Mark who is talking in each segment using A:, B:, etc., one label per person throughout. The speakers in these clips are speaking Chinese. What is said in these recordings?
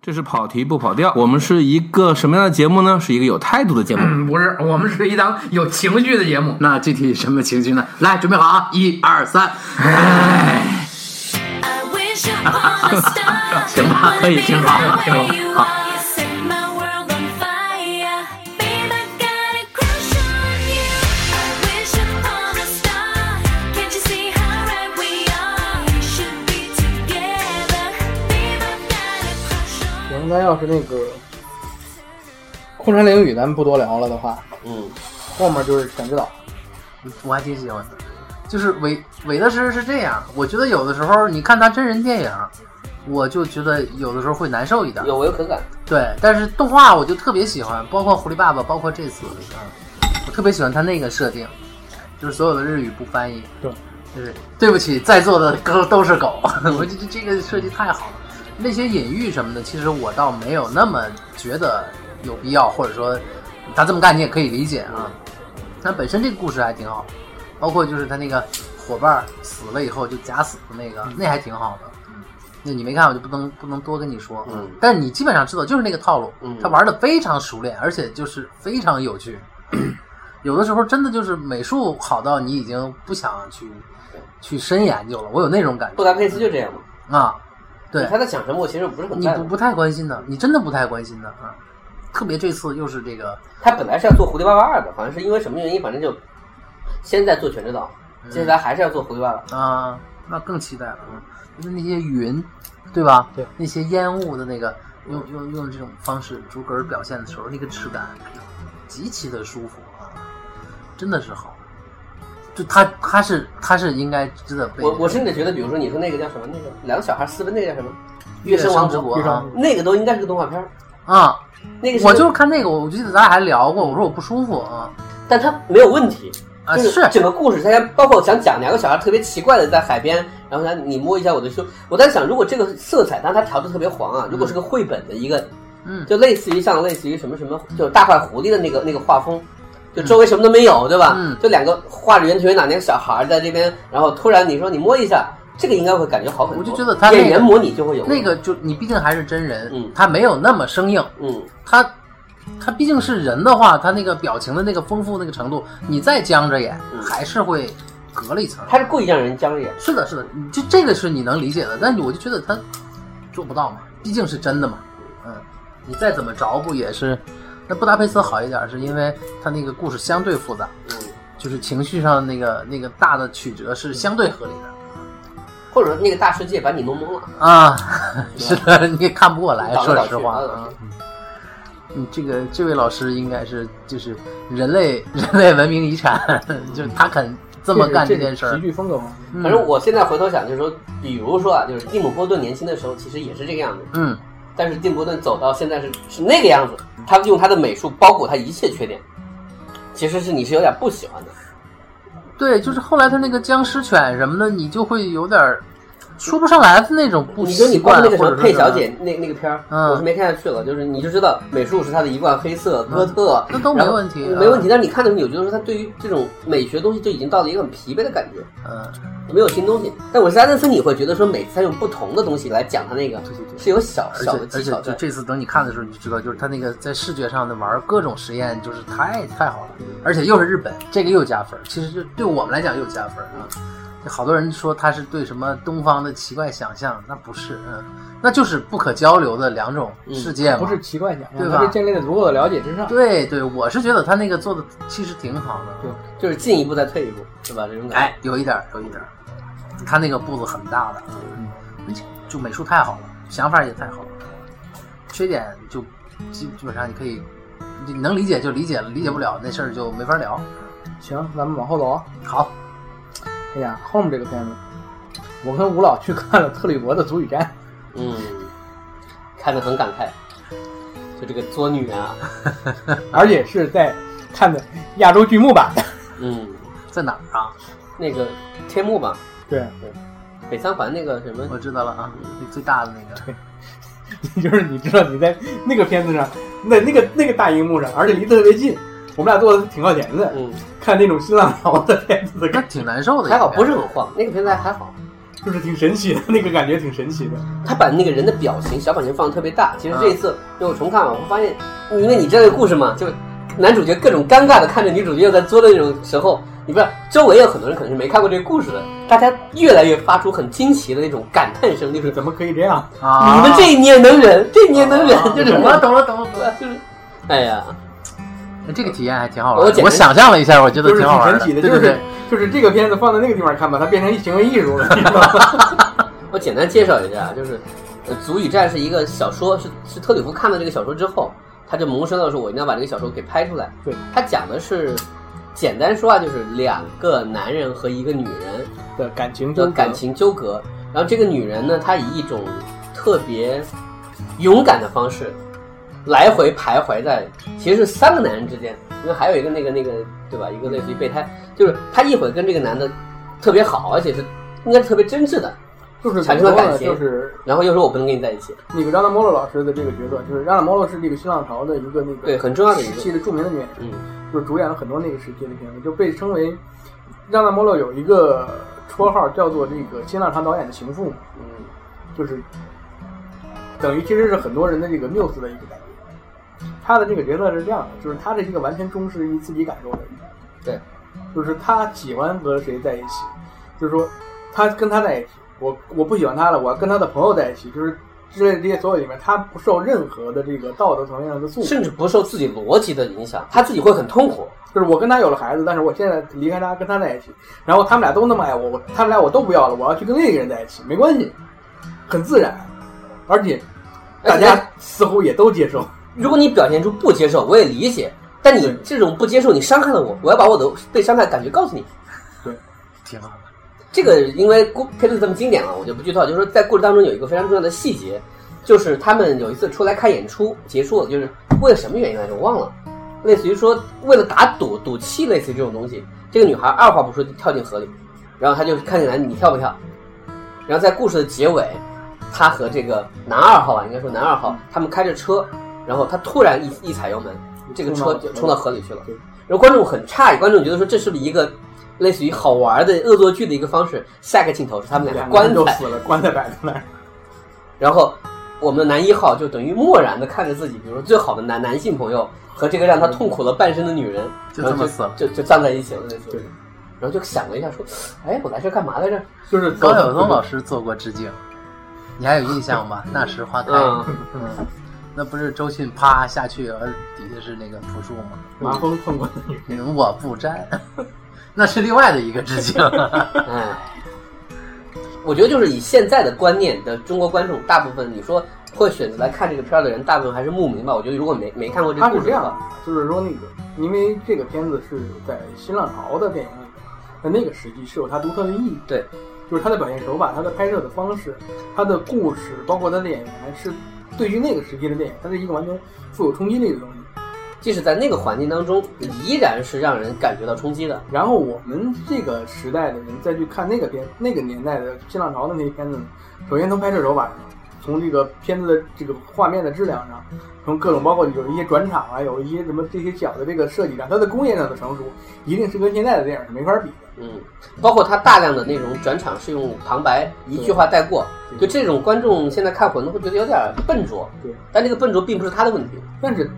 A: 这是跑题不跑调。我们是一个什么样的节目呢？是一个有态度的节目。
B: 嗯， 不是，我们是一档有情绪的节目。
C: 那具体什么情绪呢？来，准备好啊！一二三，哎，
D: I wish upon a star.
C: 行吧，可以，挺好，挺好，好。
D: Set my world on fire. Babe, I got a crush on you. I wish upon a star. Can't you see how right we are? We should be together. Babe, I got a crush on you.
E: 行，那要是那个空山灵雨，咱们不多聊了的话，
F: 嗯，
E: 后面就是全知道。
C: 我还挺喜欢的。就是韦韦德诗是这样，我觉得有的时候你看他真人电影，我就觉得有的时候会难受一点。
F: 有违和感。
C: 对，但是动画我就特别喜欢，包括狐狸爸爸，包括这次，嗯，我特别喜欢他那个设定，就是所有的日语不翻译。
E: 对，
C: 就是对不起，在座的都都是狗，我觉得这个设计太好了。那些隐喻什么的，其实我倒没有那么觉得有必要，或者说他这么干你也可以理解啊。但本身这个故事还挺好，包括就是他那个伙伴儿死了以后就假死的那个，
F: 嗯
C: 那还挺好的。那你没看，我就不能不能多跟你说。
F: 嗯
C: 但你基本上知道就是那个套路，
F: 嗯
C: 他玩的非常熟练，而且就是非常有趣。有的时候真的就是美术好到你已经不想去去深研究了，我有那种感
F: 布
C: 觉
F: 达佩斯就这样嘛。
C: 啊。对，
F: 他在想什么，我其实不是很
C: 你
F: 在
C: 不
F: 乎。
C: 不太关心的，你真的不太关心的啊。特别这次又是这个，
F: 他本来是要做《蝴蝶爸爸二》的，好像是因为什么原因，反正就现在做《全职岛》，
C: 嗯
F: 接下来还是要做《蝴蝶爸爸》。
C: 啊，那更期待了啊！就是那些云，对吧？
E: 对，
C: 那些烟雾的那个，用用用这种方式逐格表现的时候，那个质感哎极其的舒服啊，真的是好。就他他是他是应该值得被
F: 我我甚至觉得，比如说你说那个叫什么，那个两个小孩私奔那个叫什么，
C: 月
F: 升
C: 王
F: 王国，
C: 国啊
F: 那个都应该是个动画片儿。
C: 啊！
F: 那个
C: 我就是看那个，我记得咱俩还聊过，我说我不舒服啊
F: 但他没有问题
C: 啊
F: 就是整个故事，他包括想讲两个小孩特别奇怪的在海边，然后他你摸一下我的胸，我在想，如果这个色彩，当然它调的特别黄啊，如果是个绘本的一个，
C: 嗯
F: 就类似于像类似于什么什么，就是大块狐狸的那个那个画风。就周围什么都没有，对吧？
C: 嗯
F: 就两个画着圆圈两个小孩在这边，然后突然你说你摸一下，这个应该会感觉好很多。
C: 我就觉得他那个
F: 演员模拟就会有
C: 那个就你毕竟还是真人，
F: 嗯
C: 他没有那么生硬，
F: 嗯，
C: 他他毕竟是人的话，他那个表情的那个丰富那个程度，你再僵着演，
F: 嗯
C: 还是会隔了一层。
F: 他是故意让人僵硬。
C: 是的，是的，你就这个是你能理解的，但我就觉得他做不到嘛，毕竟是真的嘛。嗯，你再怎么着不也是？那布达佩斯好一点，是因为他那个故事相对复杂，
F: 嗯，
C: 就是情绪上那个那个大的曲折是相对合理的
F: 或者说那个大世界把你弄懵了。
C: 啊。 是的，你也看不过来，
F: 倒来
C: 哎说
F: 倒去
C: 实话
F: 倒来倒
C: 啊。嗯，这个这位老师应该是就是人类 人类文明遗产，就是他肯这么干
E: 这
C: 这
E: 是
C: 件事儿
E: 喜。剧风格吗？
C: 嗯
F: 反正我现在回头想，就是说，比如说啊，就是蒂姆·波顿年轻的时候其实也是这个样子，
C: 嗯
F: 但是蒂姆·波顿走到现在是是那个样子，他用他的美术包裹他一切缺点，其实是你是有点不喜欢的。
C: 对，就是后来他那个僵尸犬什么的，你就会有点儿说不上来的那种不
F: 你说
C: 习
F: 你光
C: 惯，
F: 那个什
C: 或
F: 么
C: 者
F: 佩
C: 是
F: 小姐那那个片儿，
C: 嗯
F: 我是没看下去了，就是你就知道美术是他的一贯黑色、哥特，
C: 嗯那都没
F: 然后嗯
C: 问题啊
F: 没问题。但是你看的时候，你就觉得他对于这种美学东西就已经到了一个很疲惫的感觉，
C: 嗯，
F: 没有新东西。但我是安德森，你会觉得说每次他用不同的东西来讲他那个，是有小
C: 而且
F: 小的
C: 而
F: 技
C: 且
F: 巧
C: 就
F: 在。
C: 这次等你看的时候，你就知道，就是他那个在视觉上的玩儿各种实验，就是太太好了，
F: 嗯
C: 而且又是日本，这个又加分儿。其实就对我们来讲又加分儿啊。
F: 嗯
C: 就好多人说他是对什么东方的奇怪想象，那不是，嗯，那就是不可交流的两种
F: 嗯
C: 世界嘛。
E: 不是奇怪奖，
C: 对吧
E: 他是建立在足够的了解之上。
C: 对对，我是觉得他那个做的其实挺好的。
E: 对
F: 就是进一步再退一步，对吧？这种感
C: 哎，有一点儿，有一点儿，他那个步子很大的，嗯，而且就美术太好了，想法也太好了，缺点就基基本上你可以，你能理解就理解了，理解不了那事儿就没法聊。
E: 行，咱们往后走啊。
C: 好，
E: 哎呀，后面这个片子，我跟吴老去看了特吕博的《足语战
F: 觉，嗯，看得很感慨。就这个作女啊，》，
E: 而且是在看的亚洲剧目版的。
F: 嗯，
C: 在哪儿啊？
F: 那个天幕吧，
E: 对，
F: 北三环那个什么
C: 我，知道了啊，那最大的 那个，
E: 就是你知道你在那个片子上，那那个那个大荧幕上，而且离得特别近，我们俩坐的挺靠前的，
F: 嗯，
E: 看那种新浪潮的片子的
C: 那
E: 感觉。
C: 挺难受的。
F: 还好不是很晃，那个平台还好，
G: 就是挺神奇的，那个感觉挺神奇的。
F: 他把那个人的表情、小表情放的特别大。其实
C: 嗯
F: 这一次让我重看完，我发现，因为你这个故事嘛，就男主角各种尴尬的看着女主角又在作的那种时候，你不知道周围有很多人可能是没看过这个故事的，大家越来越发出很惊奇的那种感叹声，那种
G: 怎么可以这样？
C: 啊，
F: 你们这你也能忍，这你也能忍
C: 啊，
F: 就是
C: 懂了懂了懂了懂了，
F: 我 就是，哎呀，
C: 这个体验还挺好玩
F: 我
C: 的。
F: 简直
C: 我想象了一下，我觉得
G: 就是
C: 挺好
G: 挺
C: 玩
G: 神奇的，
C: 对
G: 就
C: 对
G: 是
C: 对，
G: 就是这个片子放到那个地方看吧，它变成一行为艺术了，你知道吗？
F: 我简单介绍一下，就是《呃足语战》是一个小说，是是特里弗看了这个小说之后，他就萌生了说我一定要把这个小说给拍出来。
G: 对，
F: 他讲的是，简单说啊，就是两个男人和一个女人
G: 的感情
F: 的
G: 就
F: 感情纠葛，然后这个女人呢，她以一种特别勇敢的方式，来回徘徊在其实是三个男人之间，因为还有一个那个那个对吧，一个类似于备胎，就是她一会儿跟这个男的特别好，而且是应该是特别真挚的。
G: 就是
F: 产生了感
G: 怎么
F: 情
G: 说呢就是
F: 然后又说我不能跟你在一起，
G: 那个让达摩洛老师的这个角色，就是让达摩洛是这个新浪潮的一个那个
F: 对，很重要的一
G: 时
F: 个，
G: 期的著名的女演员，
F: 嗯，
G: 就是主演了很多那个时期的片子，就被称为让达摩洛有一个绰号叫做这个新浪潮导演的情妇，嗯，就是等于其实是很多人的这个缪斯的一个感觉。他的这个角色是这样的，就是他是一个完全忠实于自己感受的人，
F: 对，
G: 就是他喜欢和谁在一起，就是说他跟他在一起，我我不喜欢他了，我要跟他的朋友在一起，就是之类的这些所有里面，他不受任何的这个道德层面上的束缚，
F: 甚至不受自己逻辑的影响，他自己会很痛苦。
G: 就是我跟他有了孩子，但是我现在离开他，跟他在一起，然后他们俩都那么爱我，我他们俩我都不要了，我要去跟另一个人在一起，没关系，很自然，而且 大
F: 而且
G: 家似乎也都 接受。
F: 如果你表现出不接受，我也理解，但你
G: 对
F: 这种不接受，你伤害了我，我要把我的被伤害的感觉告诉你。
C: 挺好的。
F: 这个因为故片子这么经典了，我就不剧透。就是说，在故事当中有一个非常重要的细节，就是他们有一次出来看演出，结束了，就是为了什么原因来着，我忘了，类似于说为了打赌赌气，类似于这种东西。这个女孩二话不说就跳进河里，然后她就看见男你跳不跳，然后在故事的结尾，她和这个男二号吧，应该说男二号，他们开着车，然后她突然一一踩油门，这个车就冲到河里去了。然后观众很诧异，观众觉得说这是不是一个类似于好玩的恶作剧的一个方式？下个镜头是他 们俩
G: 两个
F: 棺
G: 人都
F: 材，
G: 死了，棺材摆在那儿，
F: 然后我们的男一号就等于漠然的看着自己，比如说最好的男男性朋友和这个让他痛苦了半生的女人，
C: 就
F: 然后
C: 这么死了
F: 就就葬在一起了，类似于
G: 对
F: 然后就想了一下说，哎，我来这干嘛来着？
G: 就是
C: 高晓松老师做过致敬，你还有印象吗？那时花开，
F: 嗯，
C: 嗯，那不是周迅啪下去，而底下是那个朴树吗？
G: 麻风碰过的 女人，
C: 嗯我不沾， 那是另外的一个致 敬。
F: 哎，我觉得就是以现在的观念的中国观众，大部分你说会选择来看这个片儿的人，大部分还是牧民吧。我觉得如果没没看过这个
G: 他
F: 故
G: 是
F: 事
G: 这
F: 的
G: 样
F: 话
G: 的，，就是说那个，因为这个片子是在新浪潮的电影里面，在那个时期是有它独特的意义，
F: 对，
G: 就是它的表现手法、它的拍摄的方式、它的故事，包括它的演员，是对于那个时期的电影，它是一个完全富有冲击力的东西。
F: 即使在那个环境当中，依然是让人感觉到冲击的。
G: 然后我们这个时代的人再去看那个片、那个年代的新浪潮的那些片子，首先从拍摄手法上，从这个片子的这个画面的质量上，从各种包括有一些转场啊，有一些什么这些小的这个设计上，它的工业上的成熟，一定是跟现在的电影是没法比的。
F: 嗯，包括他大量的那种转场是用旁白一句话带过，就这种观众现在看混了会觉得有点笨拙。
G: 对，
F: 但这个笨拙并不是他的问题。
G: 但是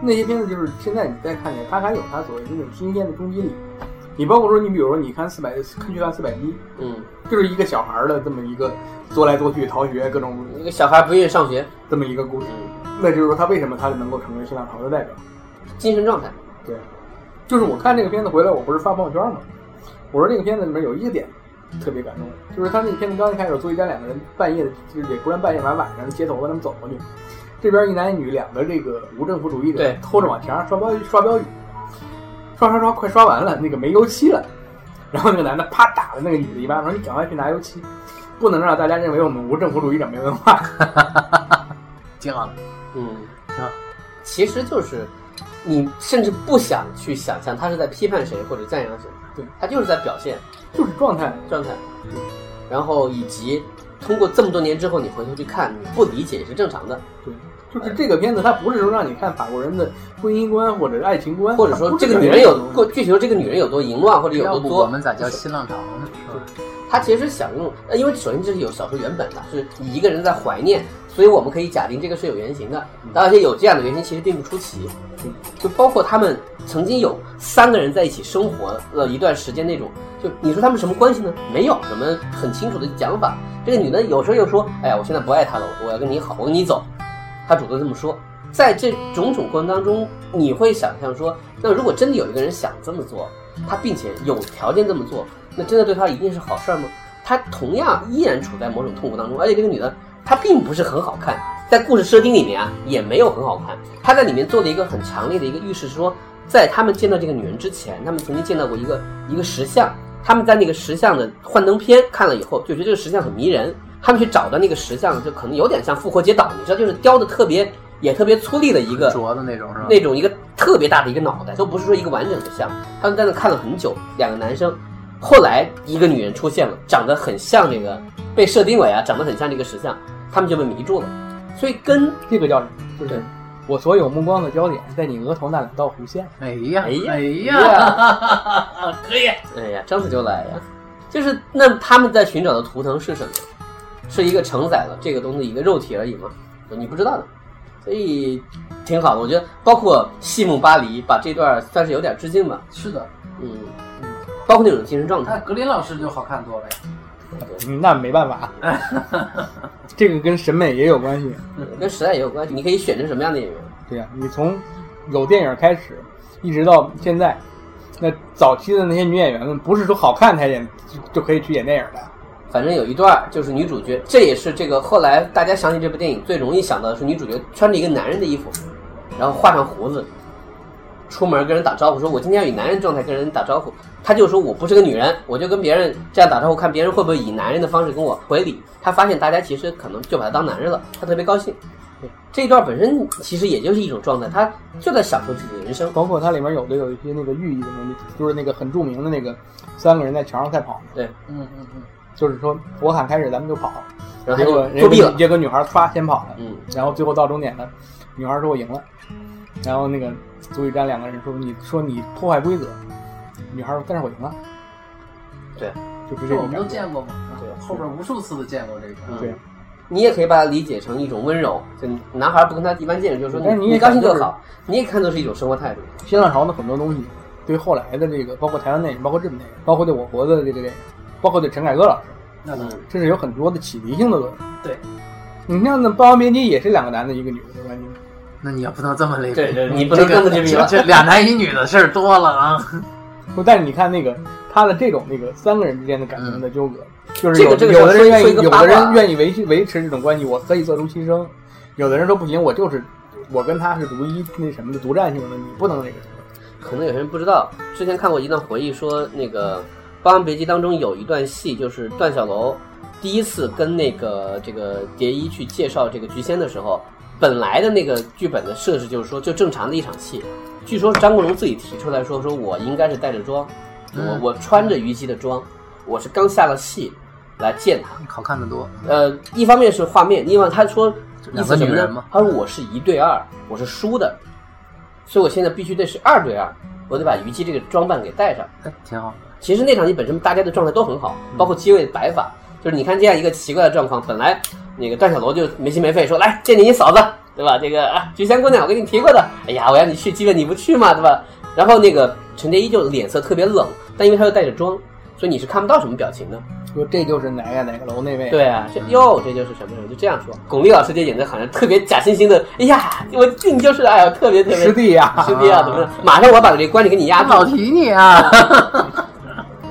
G: 那些片子就是现在你再看见，它还有它所谓的那种新鲜的冲击力。你包括说，你比如说，你看四百，看去看四百一，
F: 嗯，
G: 就是一个小孩儿的这么一个作来作去、逃学各种
F: 一个小孩不愿意上学，
G: 这么一个故事。
F: 嗯，
G: 那就是说，他为什么他能够成为新浪潮的代表？
F: 精神状态，
G: 对，就是我看这个片子回来，我不是发朋友圈吗？我说这个片子里面有一个点特别感动，就是他那个片子刚一开始，作一家两个人半夜的，就是也不算半夜吧，晚上街头跟他们走过去，这边一男一女两个这个无政府主义者
F: 对
G: 偷着往墙上刷标刷标语，刷刷刷，快刷完了，那个没油漆了，然后那个男的啪打了那个女的一巴掌，说你赶快去拿油漆，不能让大家认为我们无政府主义者没文化。
C: 挺好的，
F: 嗯，
C: 啊，
F: 其实就是你甚至不想去想象他是在批判谁或者赞扬谁，
G: 对
F: 他就是在表现
G: 就是状态，
F: 状态，然后以及通过这么多年之后，你回头去看，你不理解也是正常的，
G: 对，就是这个片子，它不是说让你看法国人的婚姻观或者是爱情观，
F: 或者
G: 它
F: 说
G: 不是
F: 这个女
G: 让
F: 人
G: 你
F: 有，或具体说这个女人有多淫乱或者 有
C: 要
F: 多
C: 不
F: 作，
C: 我们咋叫新浪潮呢？是吧？
F: 他其实是想用，呃，因为首先这是有小说原本的，是以一个人在怀念，所以我们可以假定这个是有原型的，而且有这样的原型其实并不出奇，就包括他们曾经有三个人在一起生活了一段时间那种，就你说他们什么关系呢？没有什么很清楚的讲法。这个女的有时候又说，哎呀，我现在不爱他了，我要跟你好，我跟你走，她主动这么说。在这种种过程当中，你会想象说，那如果真的有一个人想这么做，他并且有条件这么做，那真的对他一定是好事儿吗？他同样依然处在某种痛苦当中，而且这个女的她并不是很好看，在故事设定里面啊也没有很好看。她在里面做了一个很强烈的一个预示，说在他们见到这个女人之前，他们曾经见到过一个一个石像，他们在那个石像的幻灯片看了以后，就觉得这个石像很迷人。他们去找的那个石像，就可能有点像复活节岛，你知道，就是雕的特别也特别粗粝的一个
C: 拙的那种是吧？
F: 那种一个特别大的一个脑袋，都不是说一个完整的像。他们在那看了很久，两个男生，后来一个女人出现了，长得很像这个被设定为啊，长得很像这个石像，他们就被迷住了。所以跟
G: 这个叫什么？就是我所有目光的焦点在你额头那两道弧线。
C: 哎呀，
F: 哎呀
C: 哎呀，
F: 哎呀，张嘴就来呀，就是那他们在寻找的图腾是什么？是一个承载了这个东西的一个肉体而已吗？你不知道的，所以挺好的。我觉得包括戏梦巴黎把这段算是有点致敬吧，
C: 是的，哎
F: 嗯，包括那种精神状态。
C: 那格林老师就好看多了呀。
G: 嗯，那没办 法，这个跟审美也有关系。
F: 嗯跟时代也有关系。你可以选择什么样的演员？
G: 对呀、啊你从有电影开始，一直到现在，那早期的那些女演员们，不是说好看才演就就可以去演电影的。
F: 反正有一段儿就是女主角，这也是这个后来大家想起这部电影最容易想到的是女主角穿着一个男人的衣服，然后画上胡子，出门跟人打招呼，说我今天要以男人状态跟人打招呼。她就说我不是个女人，我就跟别人这样打招呼，看别人会不会以男人的方式跟我回礼。她发现大家其实可能就把她当男人了，她特别高兴。对这一段本身其实也就是一种状态，她就在享受自己的人生。
G: 包括它里面有的有一些那个寓意的东西，就是那个很著名的那个三个人在墙上赛跑，
F: 对，
C: 嗯嗯嗯，
G: 就是说我喊开始咱们就跑，
F: 然后她
G: 结果
F: 就作弊了。
G: 结果女孩唰先跑了，
F: 嗯，
G: 然后最后到终点了，女孩说我赢了，然后那个足以站两个人说你说你破坏规则，女孩说但是我赢了，
F: 对，
G: 就是这
C: 这我
G: 种
C: 们都
G: 感觉。
C: 见过嘛，啊后边无数次的见过这个。
G: 对，
F: 嗯
G: 啊
F: 你也可以把它理解成一种温柔，就男孩不跟他一般见识，就是说
G: 但是
F: 你
G: 你也
F: 高兴
G: 感觉
F: 就
G: 就是
F: 好，你也看作是一种生活态度。
G: 新浪潮的很多东西，对后来的这个，包括台湾电影，包括日本电影，包括对我国的这个电影，包括对陈凯歌老师，
C: 那当然
G: 这是有很多的启迪性的作用。
C: 对，
G: 你像那《霸王别姬》也是两个男的，一个女的的关系。
C: 那你也不能这么类比，
F: 对对你不能这么去比了
C: 这俩男一女的事儿多了啊。
G: 不，但是你看那个他的这种那个三个人之间的感情的纠葛，就是
F: 这
G: 有
F: 个嗯这个
G: 有的
F: 说
G: 人愿
F: 说
G: 意，
F: 一个
G: 有
F: 八
G: 的
F: 卦啊
G: 人愿意维系维持这种关系，我可以做出牺牲；有的人说不行，我就是我跟他是独一那什么的独占性的，你不能那个什么。
F: 可能有些人不知道，之前看过一段回忆说，那个《霸王别姬》当中有一段戏，就是段小楼第一次跟那个这个蝶衣去介绍这个菊仙的时候，本来的那个剧本的设置就是说，就正常的一场戏。据说张国荣自己提出来说，说我应该是带着妆，我
C: 嗯
F: 我穿着虞姬的妆，我是刚下了戏来见他。
C: 好看的多，
F: 呃，一方面是画面，另外他说意
C: 两
F: 思
C: 个
F: 什
C: 女
F: 么
C: 人
F: 呢
C: 嘛？
F: 他说我是一对二，我是输的，所以我现在必须得是二对二，我得把虞姬这个装扮给带上。
C: 哎挺好。
F: 其实那场戏本身大家的状态都很好，
C: 嗯
F: 包括机位的摆法，就是你看这样一个奇怪的状况，本来那个段小楼就没心没肺说来见你嫂子，对吧？这个啊，菊香姑娘，我跟你提过的，哎呀，我让你去机位你不去嘛，对吧？然后那个陈蝶衣就脸色特别冷，但因为她又带着妆，所以你是看不到什么表情的。
G: 说这就是哪个哪个楼那位，
F: 对啊，
C: 嗯
F: 这哟，这就是什么人就这样说。巩俐老师这演的好像特别假惺惺的，哎呀，我你就是哎呀，特别特别
G: 师弟呀、
F: 师弟啊，怎么着？马上我把这个关系给你压
C: 老
F: 住。
C: 提你啊，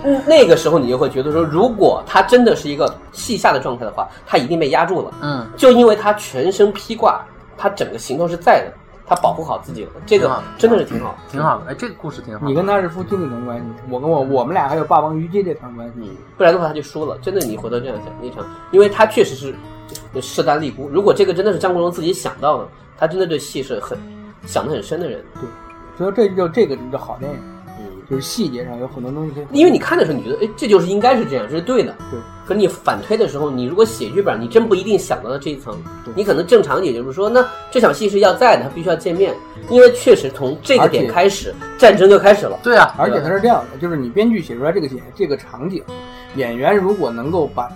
F: 嗯那个时候你就会觉得说，如果他真的是一个戏下的状态的话，他一定被压住了，
C: 嗯，
F: 就因为他全身披挂，他整个行头是在的，他保护好自己了，这
C: 挺
F: 个
C: 好
F: 真的是挺好。
C: 挺好的。哎，这个故事挺好的。
G: 你跟他是夫妻那层关系，我跟我我们俩还有霸王虞姬这层关系。
F: 嗯，不然的话他就输了。真的，你回头这样想那场，因为他确实是势单力孤。如果这个真的是张国荣自己想到的，他真的对戏是很想得很深的人。
G: 所以这就这个就叫好电影。
F: 嗯，
G: 就是细节上有很多东西可以。
F: 因为你看的时候，你觉得哎，这就是应该是这样，这是对的。
G: 对。
F: 可是你反推的时候，你如果写剧本，你真不一定想到了这一层
G: 对。
F: 你可能正常也就是说，那这场戏是要在的，他必须要见面，因为确实从这个
G: 而且
F: 点开始，战争就开始了。
C: 对啊，
G: 而且它是这样的，就是你编剧写出来这个演这个场景，演员如果能够把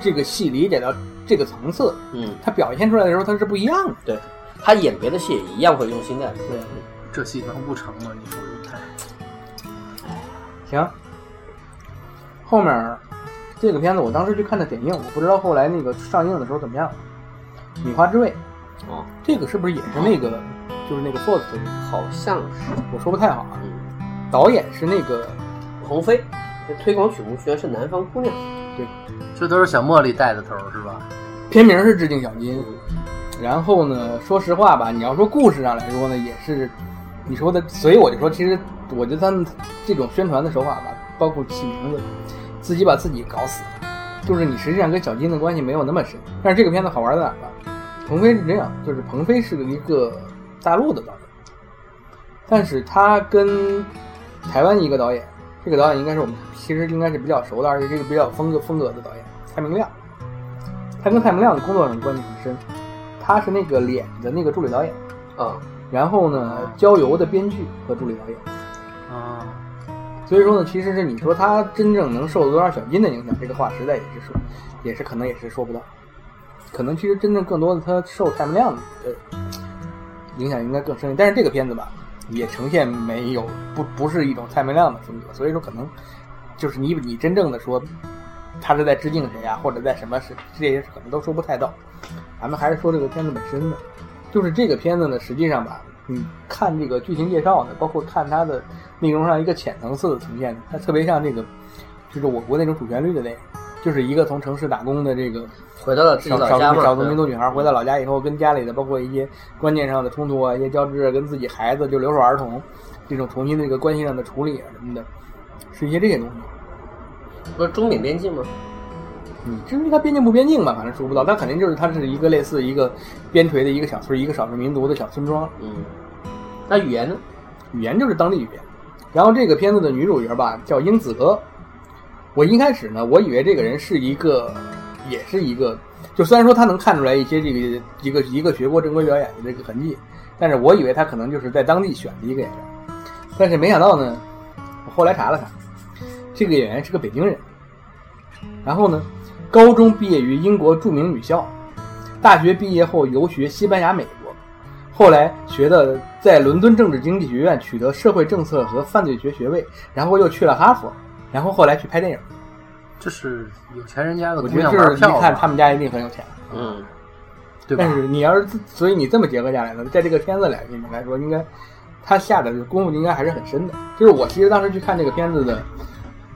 G: 这个戏理解到这个层次，
F: 嗯，
G: 他表现出来的时候它是不一样的。
F: 对。他演别的戏也一样会用心的。
G: 对，
C: 这戏能不成吗？你说这太
G: 行。后面儿这个片子我当时去看的点映，我不知道后来那个上映的时候怎么样。米花之味，
F: 哦，
G: 这个是不是也是那个就是那个 Fox？
F: 好像是。
G: 我说不太好啊。
F: 嗯。
G: 导演是那个
F: 鸿飞，这推广曲目居然是《南方姑娘》。
C: 这都是小茉莉带的头儿是吧？
G: 片名是致敬小金，然后呢，说实话吧，你要说故事上来说呢，也是你说的，所以我就说，其实我觉得他们这种宣传的手法吧，包括起名字，自己把自己搞死了，就是你实际上跟小金的关系没有那么深。但是这个片子好玩在哪儿吧？鹏飞是这样，就是鹏飞是一个大陆的导演，但是他跟台湾一个导演，这个导演应该是我们其实应该是比较熟的，而且这个比较有风格风格的导演蔡明亮。他跟蔡明亮的工作上关系很深，他是那个脸的那个助理导演，
F: 啊，
G: 然后呢，郊游的编剧和助理导演。
C: 啊，
G: 所以说呢，其实是你说他真正能受多少小金的影响，这个话实在也是说，也是可能也是说不到。可能其实真正更多的他受蔡明亮的呃影响应该更深，但是这个片子吧，也呈现没有不不是一种蔡明亮的风格，所以说可能就是你你真正的说他是在致敬谁啊，或者在什么是这些可能都说不太到。咱们还是说这个片子本身的，就是这个片子呢，实际上吧，你看这个剧情介绍呢，包括看它的内容上一个浅层次的呈现，它特别像这个，就是我国那种主旋律的电影，就是一个从城市打工的这个
F: 回到了自己
G: 少
F: 老
G: 少
F: 家嘛。
G: 少数民族女孩回到老家以后，跟家里的包括一些观念上的冲突啊，一些交织啊，跟自己孩子就留守儿童这种重新的一个关系上的处理啊什么的，是一些这些东西。
F: 不是中缅边境吗？
G: 你至于它边境不边境吧，反正说不到，但肯定就是它是一个类似一个边陲的一个小村，一个少数民族的小村庄，
F: 嗯。那语言呢？
G: 语言就是当地语言。然后这个片子的女主角吧叫英子格，我一开始呢，我以为这个人是一个，也是一个，就虽然说她能看出来一些这个一个一个学过正规表演的这个痕迹，但是我以为她可能就是在当地选的一个演员，但是没想到呢，我后来查了查，这个演员是个北京人，然后呢，高中毕业于英国著名女校，大学毕业后游学西班牙、美国，后来学的在伦敦政治经济学院取得社会政策和犯罪学学位，然后又去了哈佛，然后后来去拍电影。
C: 这是有钱人家的
G: 我
C: 姑
G: 觉得
C: 娘
G: 这
C: 玩
G: 是
C: 票
G: 一看
C: 吧，
G: 他们家一定很有钱，
F: 嗯，
C: 对吧
G: 但？是你要是自所以你这么结合下来呢，在这个片子里面来说，应该他下的功夫应该还是很深的。就是我其实当时去看这个片子的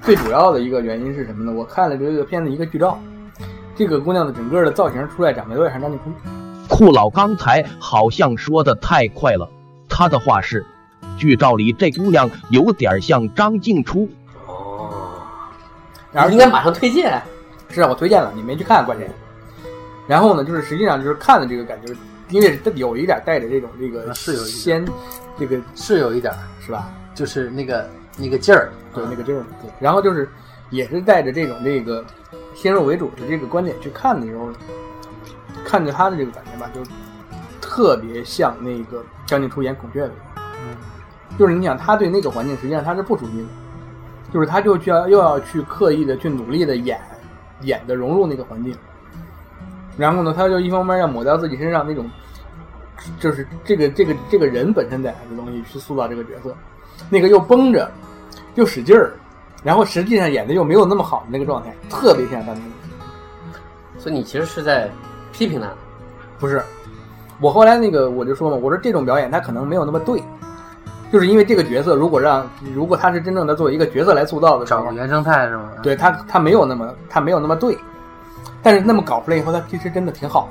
G: 最主要的一个原因是什么呢？我看了这个片子一个剧照，这个姑娘的整个的造型出来长得有点像张继聪。
H: 库老刚才好像说的太快了，他的话是：剧照里这姑娘有点像张静初。
F: 哦，
G: 然后
F: 你应该马上推荐。
G: 是啊，我推荐了，你没去看，关键。然后呢，就是实际上就是看了这个感觉，因为它有一点带着这种这个
C: 啊是有一点
G: 先，这个
C: 是有一点儿，
G: 是吧？
C: 就是那个那个劲儿，
G: 对，那个劲儿。对，然后就是也是带着这种这个先入为主的这个观点去看的时候，看着他的这个感觉吧，就特别像那个张静初演孔雀的时候，就是你想他对那个环境实际上他是不熟悉的，就是他就需要又要去刻意的去努力的演演的融入那个环境，然后呢，他就一方面要抹掉自己身上那种。就是这个这个这个人本身带来的东西去塑造这个角色，那个又绷着，又使劲儿，然后实际上演的又没有那么好的那个状态，特别像张明。
F: 所以你其实是在批评他。
G: 不是，我后来那个我就说嘛，我说这种表演他可能没有那么对，就是因为这个角色如果让如果他是真正的作为一个角色来塑造的时
C: 找
G: 候
C: 个，原生态是吗？，
G: 对他他没有那么他没有那么对，但是那么搞出来以后，他其实真的挺好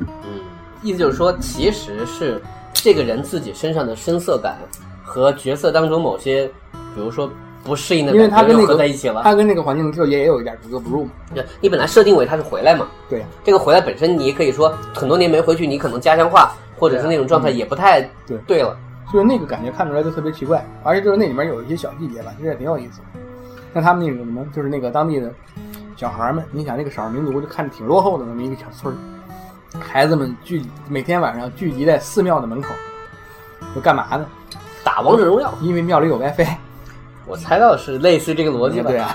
G: 的。
F: 嗯，意思就是说，其实是这个人自己身上的深色感和角色当中某些，比如说不适应的
G: 因为他
F: 感觉
G: 跟那
F: 又
G: 个
F: 合在一起了。
G: 他跟那个环境就也有一点格格不入嘛。
F: 对你本来设定为他是回来嘛，
G: 对啊呀、
F: 这个回来本身你也可以说很多年没回去，你可能家乡话或者是那种状态也不太
G: 啊嗯对
F: 对了。
G: 就是那个感觉看出来就特别奇怪，而且就是那里面有一些小细节吧，其实也挺有意思的。像他们那种什么，就是那个当地的小孩儿们，你想那个少数民族就看着挺落后的那么一个小村儿，孩子们聚每天晚上聚集在寺庙的门口，就干嘛呢？
F: 打王者荣耀，
G: 因为庙里有 WiFi。
F: 我猜到是类似于这个逻辑吧？嗯
G: 对啊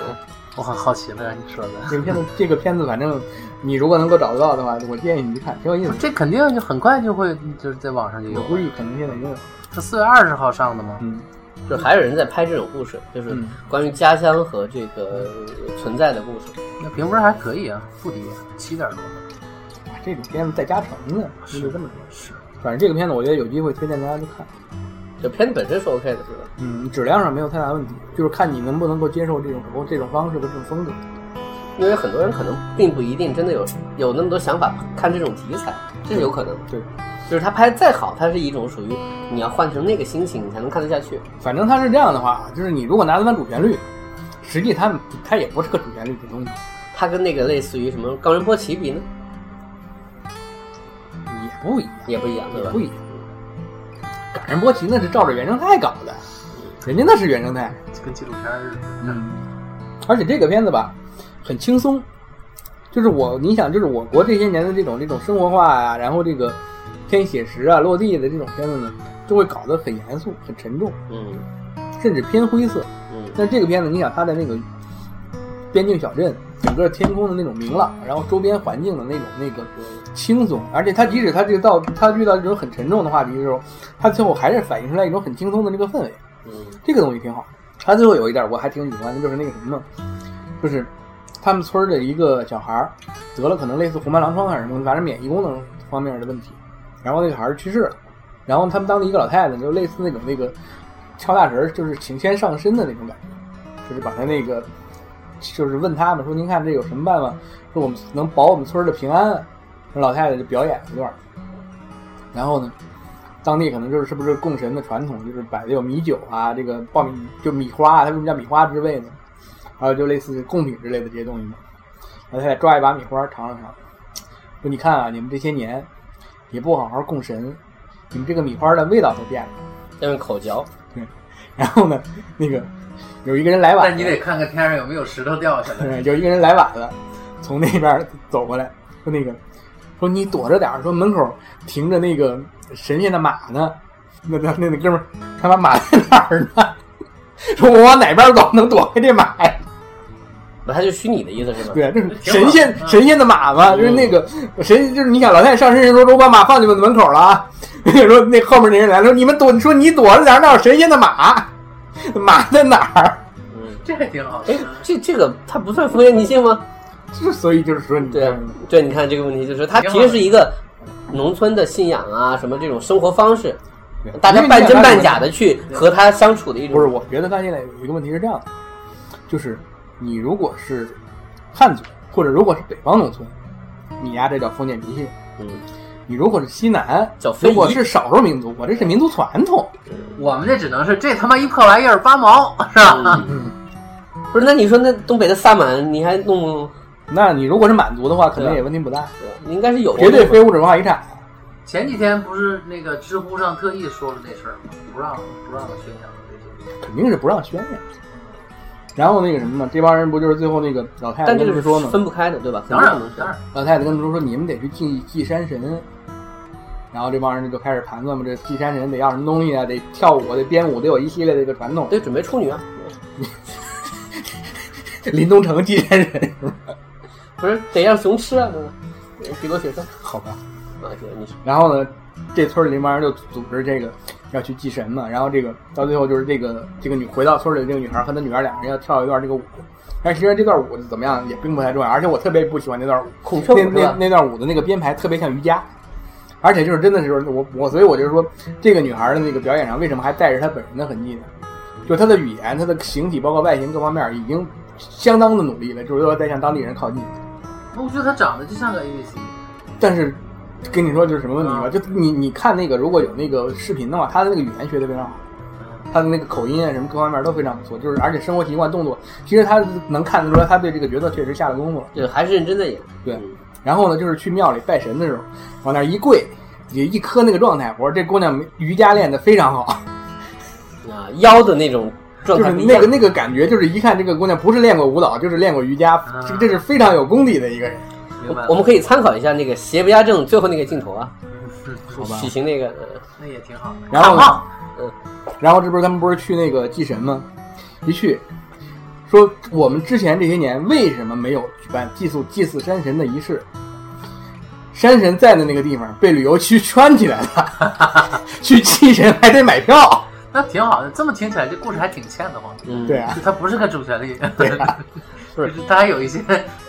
C: 我很好奇了，你说的，
G: 这个片子，这个片子，反正你如果能够找得到的话，我建议你去看，挺有意思的。
C: 这肯定就很快就会就是在网上就有
G: 我。估计肯定现在也有，
C: 是四月二十号上的吗？
G: 嗯，
F: 就是还有人在拍这种故事，就是
G: 嗯
F: 关于家乡和这个存在的故事。
C: 那评分还可以啊，不低，七点多分。
G: 哇这种片子在加成的，就是这么说。
C: 是，
G: 反正这个片子，我觉得有机会推荐大家去看。
F: 就片子本身是 OK 的，是吧？
G: 嗯，质量上没有太大问题，就是看你能不能够接受这种这种方式和这种风格。
F: 因为很多人可能并不一定真的有有那么多想法看这种题材，这是有可能的。
G: 对，
F: 就是他拍得再好，它是一种属于你要换成那个心情，你才能看得下去。
G: 反正它是这样的话，就是你如果拿它当主旋律，实际它它也不是个主旋律的东西，
F: 它跟那个类似于什么冈仁波齐比呢，
G: 也不一样，
F: 也不一样，对
G: 也
F: 吧
G: 不？一样。赶上波奇那是照着原生态搞的，人家那是原生态。嗯
C: 就跟纪录片似的。
G: 而且这个片子吧，很轻松，就是我，你想，就是我国这些年的这种这种生活化呀、然后这个偏写实啊、落地的这种片子呢，就会搞得很严肃、很沉重，
F: 嗯
G: 甚至偏灰色。
F: 嗯
G: 但这个片子，你想它的那个边境小镇，整个天空的那种明朗，然后周边环境的那种那个轻松，而且它即使它这个到它遇到这种很沉重的话题的时候，它最后还是反映出来一种很轻松的这个氛围。
F: 嗯
G: 这个东西挺好。他最后有一点我还挺喜欢的，就是那个什么，就是他们村儿的一个小孩儿得了可能类似红斑狼疮还是什么，反正免疫功能方面的问题，然后那个孩儿去世了，然后他们当地一个老太太就类似那种那个跳大神儿，就是请仙上身的那种感觉，就是把他那个就是问他们说您看这有什么办法，说我们能保我们村儿的平安，那老太太就表演一段儿，然后呢，当地可能就是是不是供神的传统，就是摆的有米酒啊，这个爆米就米花啊，它为什么叫米花之味呢？还有就类似贡品之类的这些东西嘛。然后他再抓一把米花尝了尝，说你看啊，你们这些年也不好好供神，你们这个米花的味道都变了。
F: 要用口嚼，
G: 然后呢，那个有一个人来晚了，
C: 那你得看看天上有没有石头掉下 来。
G: 对，有一个人来晚了，从那边儿走过来，说那个，说你躲着点儿，说门口停着那个神仙的马呢。那那那那哥们儿，他把马在哪儿呢？说我往哪边儿走能躲开这马呀？
F: 不，它就虚拟的意思是吧？
G: 对，这是神仙神仙的马嘛，就是那个神，就是你想老太太上身时说，说我把马放你们门口了啊。 说那后面那人来说，你们躲，说你躲着点儿，那有神仙的马，马在哪儿？
F: 嗯，
C: 这还挺好。
F: 哎，这这个它不算封建迷信吗？
G: 之所以就是说你
F: 对
G: 这
F: 啊
G: 样的，
F: 对，你看这个问题就是它
C: 挺好
F: 其实是一个农村的信仰啊，什么这种生活方式，
G: 对
F: 大
G: 因
F: 家
G: 为你
F: 半
G: 想
F: 真
G: 他
F: 半
G: 这个
F: 假的去和他相处的一种。
G: 不是，我觉得他现在有一个问题是这样的，就是你如果是汉族，或者如果是北方农村，你呀这叫封建迷信；
F: 嗯，
G: 你如果是西南，
F: 叫非
G: 如
F: 遗
G: 果是少数民族，我这是民族传统。
C: 我们这只能是这他妈一破玩意儿八毛是吧？
F: 嗯不是，那你说那东北的萨满你还弄不弄？
G: 那你如果是满族的话，可能
F: 对啊
G: 也问题不大，
F: 你应该是有
G: 绝对
F: 这种
G: 非物质文化遗产。啊
C: 前几天不是那个知乎上特意说了这事儿吗？不让不让宣扬这些。
G: 肯定是不让宣扬。然后那个什么嘛，这帮人不就是最后那个老太太
F: 但这
G: 跟他们
F: 个是
G: 说嘛，
F: 分不开的，对吧？
C: 当然
F: 肯定
C: 了
F: 不，
C: 当
F: 能
C: 然，
G: 老太太跟他们说说你们得去祭祭山神，然后这帮人就开始盘算嘛，这祭山神得要什么东西啊，得跳舞，得编舞，得有一系列的这个传统。
F: 得准备处女啊。
G: 林东城祭山神，
F: 不是得让熊吃啊，对吧？给多雪山
G: 好吧。
F: 啊，对，你是
G: 然后呢，这村里那帮人就组织这个要去祭神嘛，然后这个到最后就是这个这个女回到村里的这个女孩和她女儿两个人要跳一段这个舞，但其实这段舞怎么样也并不太重要，而且我特别不喜欢那段舞，
F: 孔雀舞
G: 那
F: 是
G: 那
F: 吧？
G: 那段舞的那个编排特别像瑜伽，而且就是真的是我我，所以我就说这个女孩的那个表演上为什么还带着她本人的痕迹呢？就她的语言、她的形体，包括外形各方面，已经相当的努力了，就是要再向当地人靠近。
C: 我觉得他长得就像个 ABC，
G: 但是跟你说就是什么问题吧，
C: 啊
G: 就你你看那个如果有那个视频的话，她的那个语言学的非常好，她的那个口音啊什么各方面都非常不错，就是而且生活习惯、动作，其实她能看得出来，她对这个角色确实下了功夫了。
F: 对，还是认真的演。
G: 对
F: 嗯
G: 然后呢，就是去庙里拜神的时候，往那儿一跪，也一磕那个状态，我说这姑娘瑜伽练得非常好，
F: 啊腰的那种状
G: 就
F: 态
G: 是
F: 不一
G: 那
F: 样
G: 个。那个感觉，就是一看这个姑娘不是练过舞蹈，就是练过瑜伽，这这是非常有功底的一个人。
C: 明白
F: 我
C: 了
F: 我们可以参考一下那个邪不压正最后那个镜头啊，许晴那个，呃
C: 那也挺好的。
G: 然后呃
C: 看
G: 然后这不是他们不是去那个祭神吗？一去，说我们之前这些年为什么没有举办祭祀祭祀山神的仪式？山神在的那个地方被旅游区圈起来了， 去祭神还得买票。
C: 那挺好的。这么听起来，这故事还挺欠的慌。
F: 嗯，
G: 对，啊，
C: 就它不是个主旋律，
G: 对啊，
C: 就是是它还有一些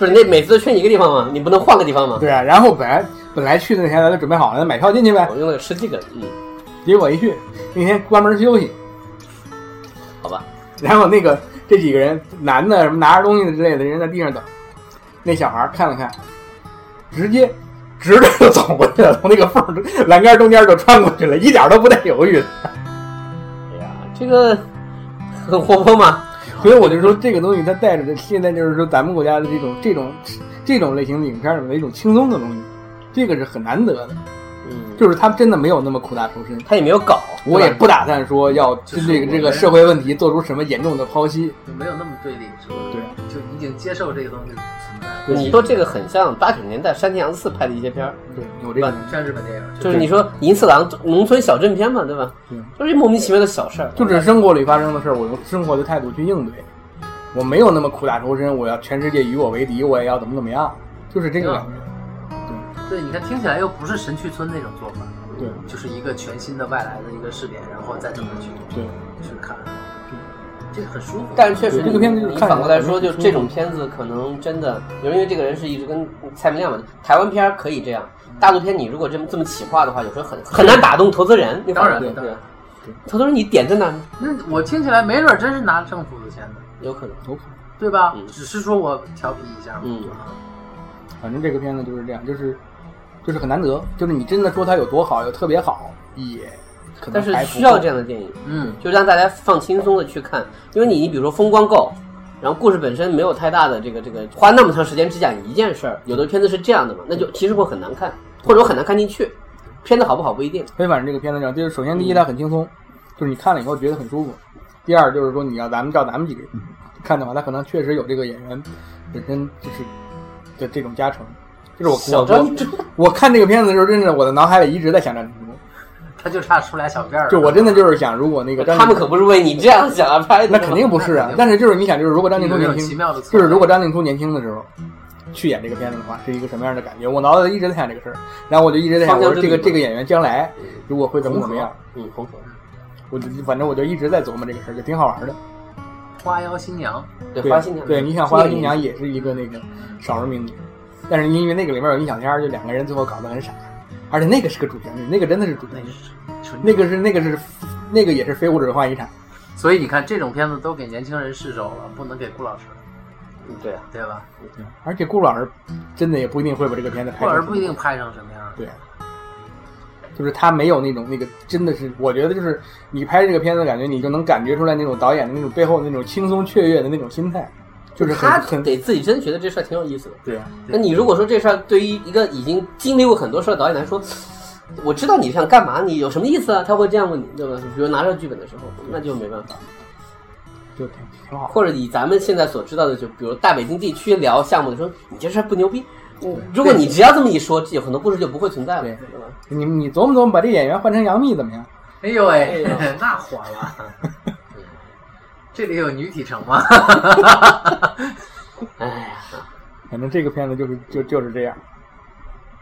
F: 不是那每次都圈一个地方嘛，你不能换个地方嘛。
G: 对啊。然后本来本来去的那天咱都准备好了，买票进去呗。
F: 我用那个吃这个，嗯，
G: 结果一去，那天关门休息，
F: 好吧。
G: 然后那个这几个人，男的什么拿着东西的之类的人在地上等，那小孩儿看了看，直接直着就走过去了，从那个缝儿栏杆中间就穿过去了，一 点都不带犹豫的。
F: 哎呀，这个很活泼嘛，
G: 所以我就说，这个东西它带着的现在就是说咱们国家的这种这种这种类型的影片里面的一种轻松的东西，这个是很难得的，
F: 嗯，
G: 就是他真的没有那么苦大仇深。
F: 他也没有搞，
G: 我也
F: 对吧
G: 不打算说要针对
C: 就是我
G: 这个社会问题做出什么严重的剖析，
C: 就没有那么对立，是吧？
G: 对，
C: 就已经接受这个东西存在。
F: 你说这个很像八九十年代山田洋次拍的一些片儿，
G: 对有这个。
C: 像日本电影，
F: 就是你说银次郎农村小镇片嘛，对吧？
G: 嗯
F: 就是莫名其妙的小事儿，
G: 就是生活里发生的事儿，我用生活的态度去应对，我没有那么苦大仇深，我要全世界与我为敌，我也要怎么怎么样，就是这个感觉。
F: 嗯
C: 对，你看听起来又不是神去村那种做法，
G: 对
C: 就是一个全新的外来的一个视点，然后再这么去
G: 对，
C: 去看，这很舒服。
F: 但是确实
G: 对
F: 你，
G: 这个片子
F: 你
G: 看
F: 反
G: 着
F: 过来
G: 很
F: 说，
G: 很
F: 就
G: 舒服
F: 这种片子可能真的，比如因为这个人是一直跟蔡明亮嘛，台湾片儿可以这样，大陆片你如果这么这么企划的话，有时候很很难打动投资人。你
C: 当然
F: 反过来
C: 当然
F: 对，投资人你点在哪儿呢？
C: 那我听起来没准真是拿政府的钱的，
F: 有可能。
C: 对吧？
F: 嗯
C: 只是说我调皮一下嘛，
F: 嗯
G: 反正这个片子就是这样，就是就是很难得，就是你真的说它有多好，有特别好，也可能
F: 但是
G: 还不
F: 需要
G: 够
F: 这样的电影，
C: 嗯，
F: 就让大家放轻松的去看，因为你你比如说风光够，然后故事本身没有太大的这个这个花那么长时间只讲一件事儿，有的片子是这样的嘛，那就其实会很难看，或者我很难看进去，片子好不好不一定。
G: 所以反正这个片子上，就是首先第一它很轻松，就是你看了以后觉得很舒服；第二就是说你要咱们照咱们几个人看的话，他可能确实有这个演员本身就是的这种加成。就是我
F: 小
G: 我
F: 张
G: 我我看这个片子的时候，真是我的脑海里一直在想张艺谋，
C: 他就差出俩小辫儿了。
G: 就我真的就是想，如果那个张
F: 他们
G: 静
F: 可不是为你这样想而拍的，
G: 那肯定不是啊
C: 那肯定不是，
G: 但是就是你想，就是如果张静初
C: 有一种
G: 年
C: 奇
G: 轻，
C: 妙的
G: 就
C: 错
G: 是
C: 觉，
G: 如果张静初年轻的时候去演这个片子的话，是一个什么样的感觉？我脑子里一直在想这个事儿，然后我就一直在想，
F: 方
G: 我
F: 向
G: 说这个
F: 之旅
G: 这个演员将来如果会怎么怎么样，
F: 嗯，红河
G: 我就反正我就一直在琢磨这个事儿，就挺好玩的。
C: 花妖新娘，
F: 对
G: 对
F: 花新娘，
G: 对，你想《花样新娘》也是一个那个少数民族，但是因为那个里面有易小天儿，就两个人最后搞得很傻，而且那个是个主旋律，那个真的是主
C: 那
G: 旋律，
C: 是纯
G: 那个是那个是那个也是非物质文化遗产。
C: 所以你看，这种片子都给年轻人试手了，不能给顾老师，
F: 嗯，对啊，
C: 对吧？
G: 而且顾老师真的也不一定会把这个片子拍
C: 顾
G: 成
C: 老师
G: 什么
C: 不一定拍成什么样。
G: 对，就是他没有那种那个真的是，我觉得就是你拍这个片子，感觉你就能感觉出来那种导演的那种背后的那种轻松雀跃的那种心态，就是很
F: 他
G: 很
F: 得自己真觉得这事儿挺有意思的。
G: 对啊，
F: 那你如果说这事儿对于一个已经经历过很多事儿的导演来说，我知道你想干嘛，你有什么意思啊？他会这样问你，对吧？比如拿着剧本的时候，那就没办法。
G: 就挺挺好。
F: 或者以咱们现在所知道的，就比如大北京地区聊项目的时候，你这事儿不牛逼。嗯如果你只要这么一说，有很多故事就不会存在了，
G: 对
F: 对吧？
G: 你你琢磨琢磨，把这演员换成杨幂怎么样？
C: 哎呦 喂、
F: 哎
C: 那火 了！这里有女体城吗？
F: 哎呀，
G: 反正这个片子就是就就是这样。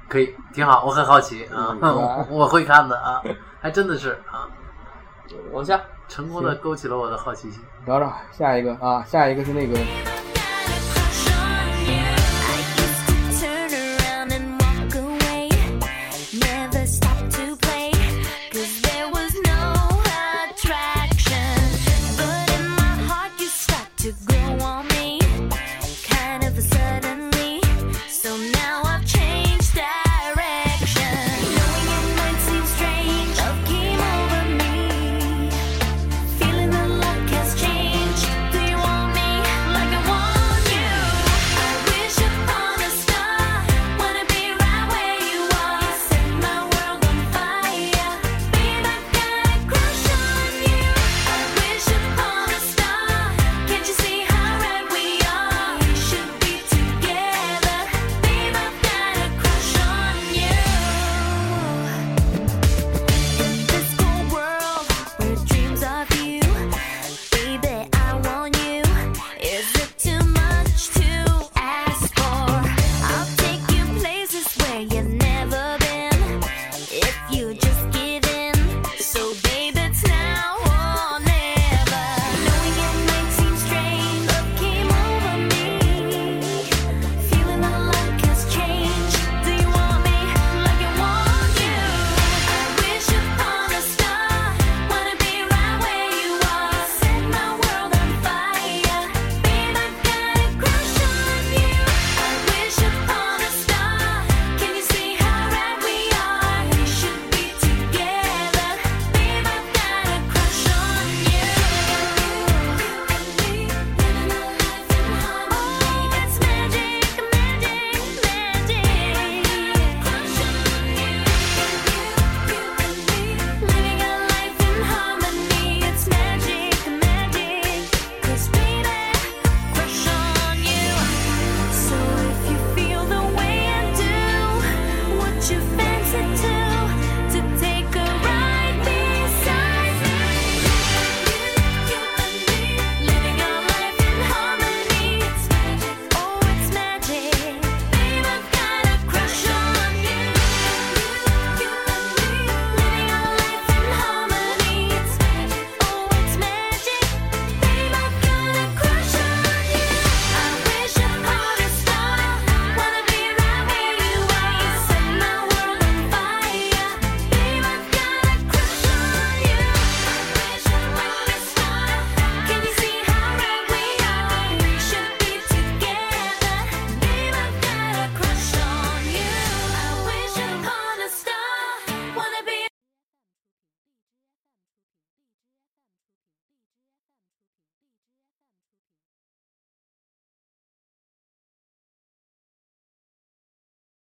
C: 可以，挺好，我很好奇啊，
G: 嗯
C: 我会看的啊，还真的是啊，
F: 往下，
C: 成功的勾起了我的好奇心。
G: 找找下一个啊，下一个是那个《
D: Oh,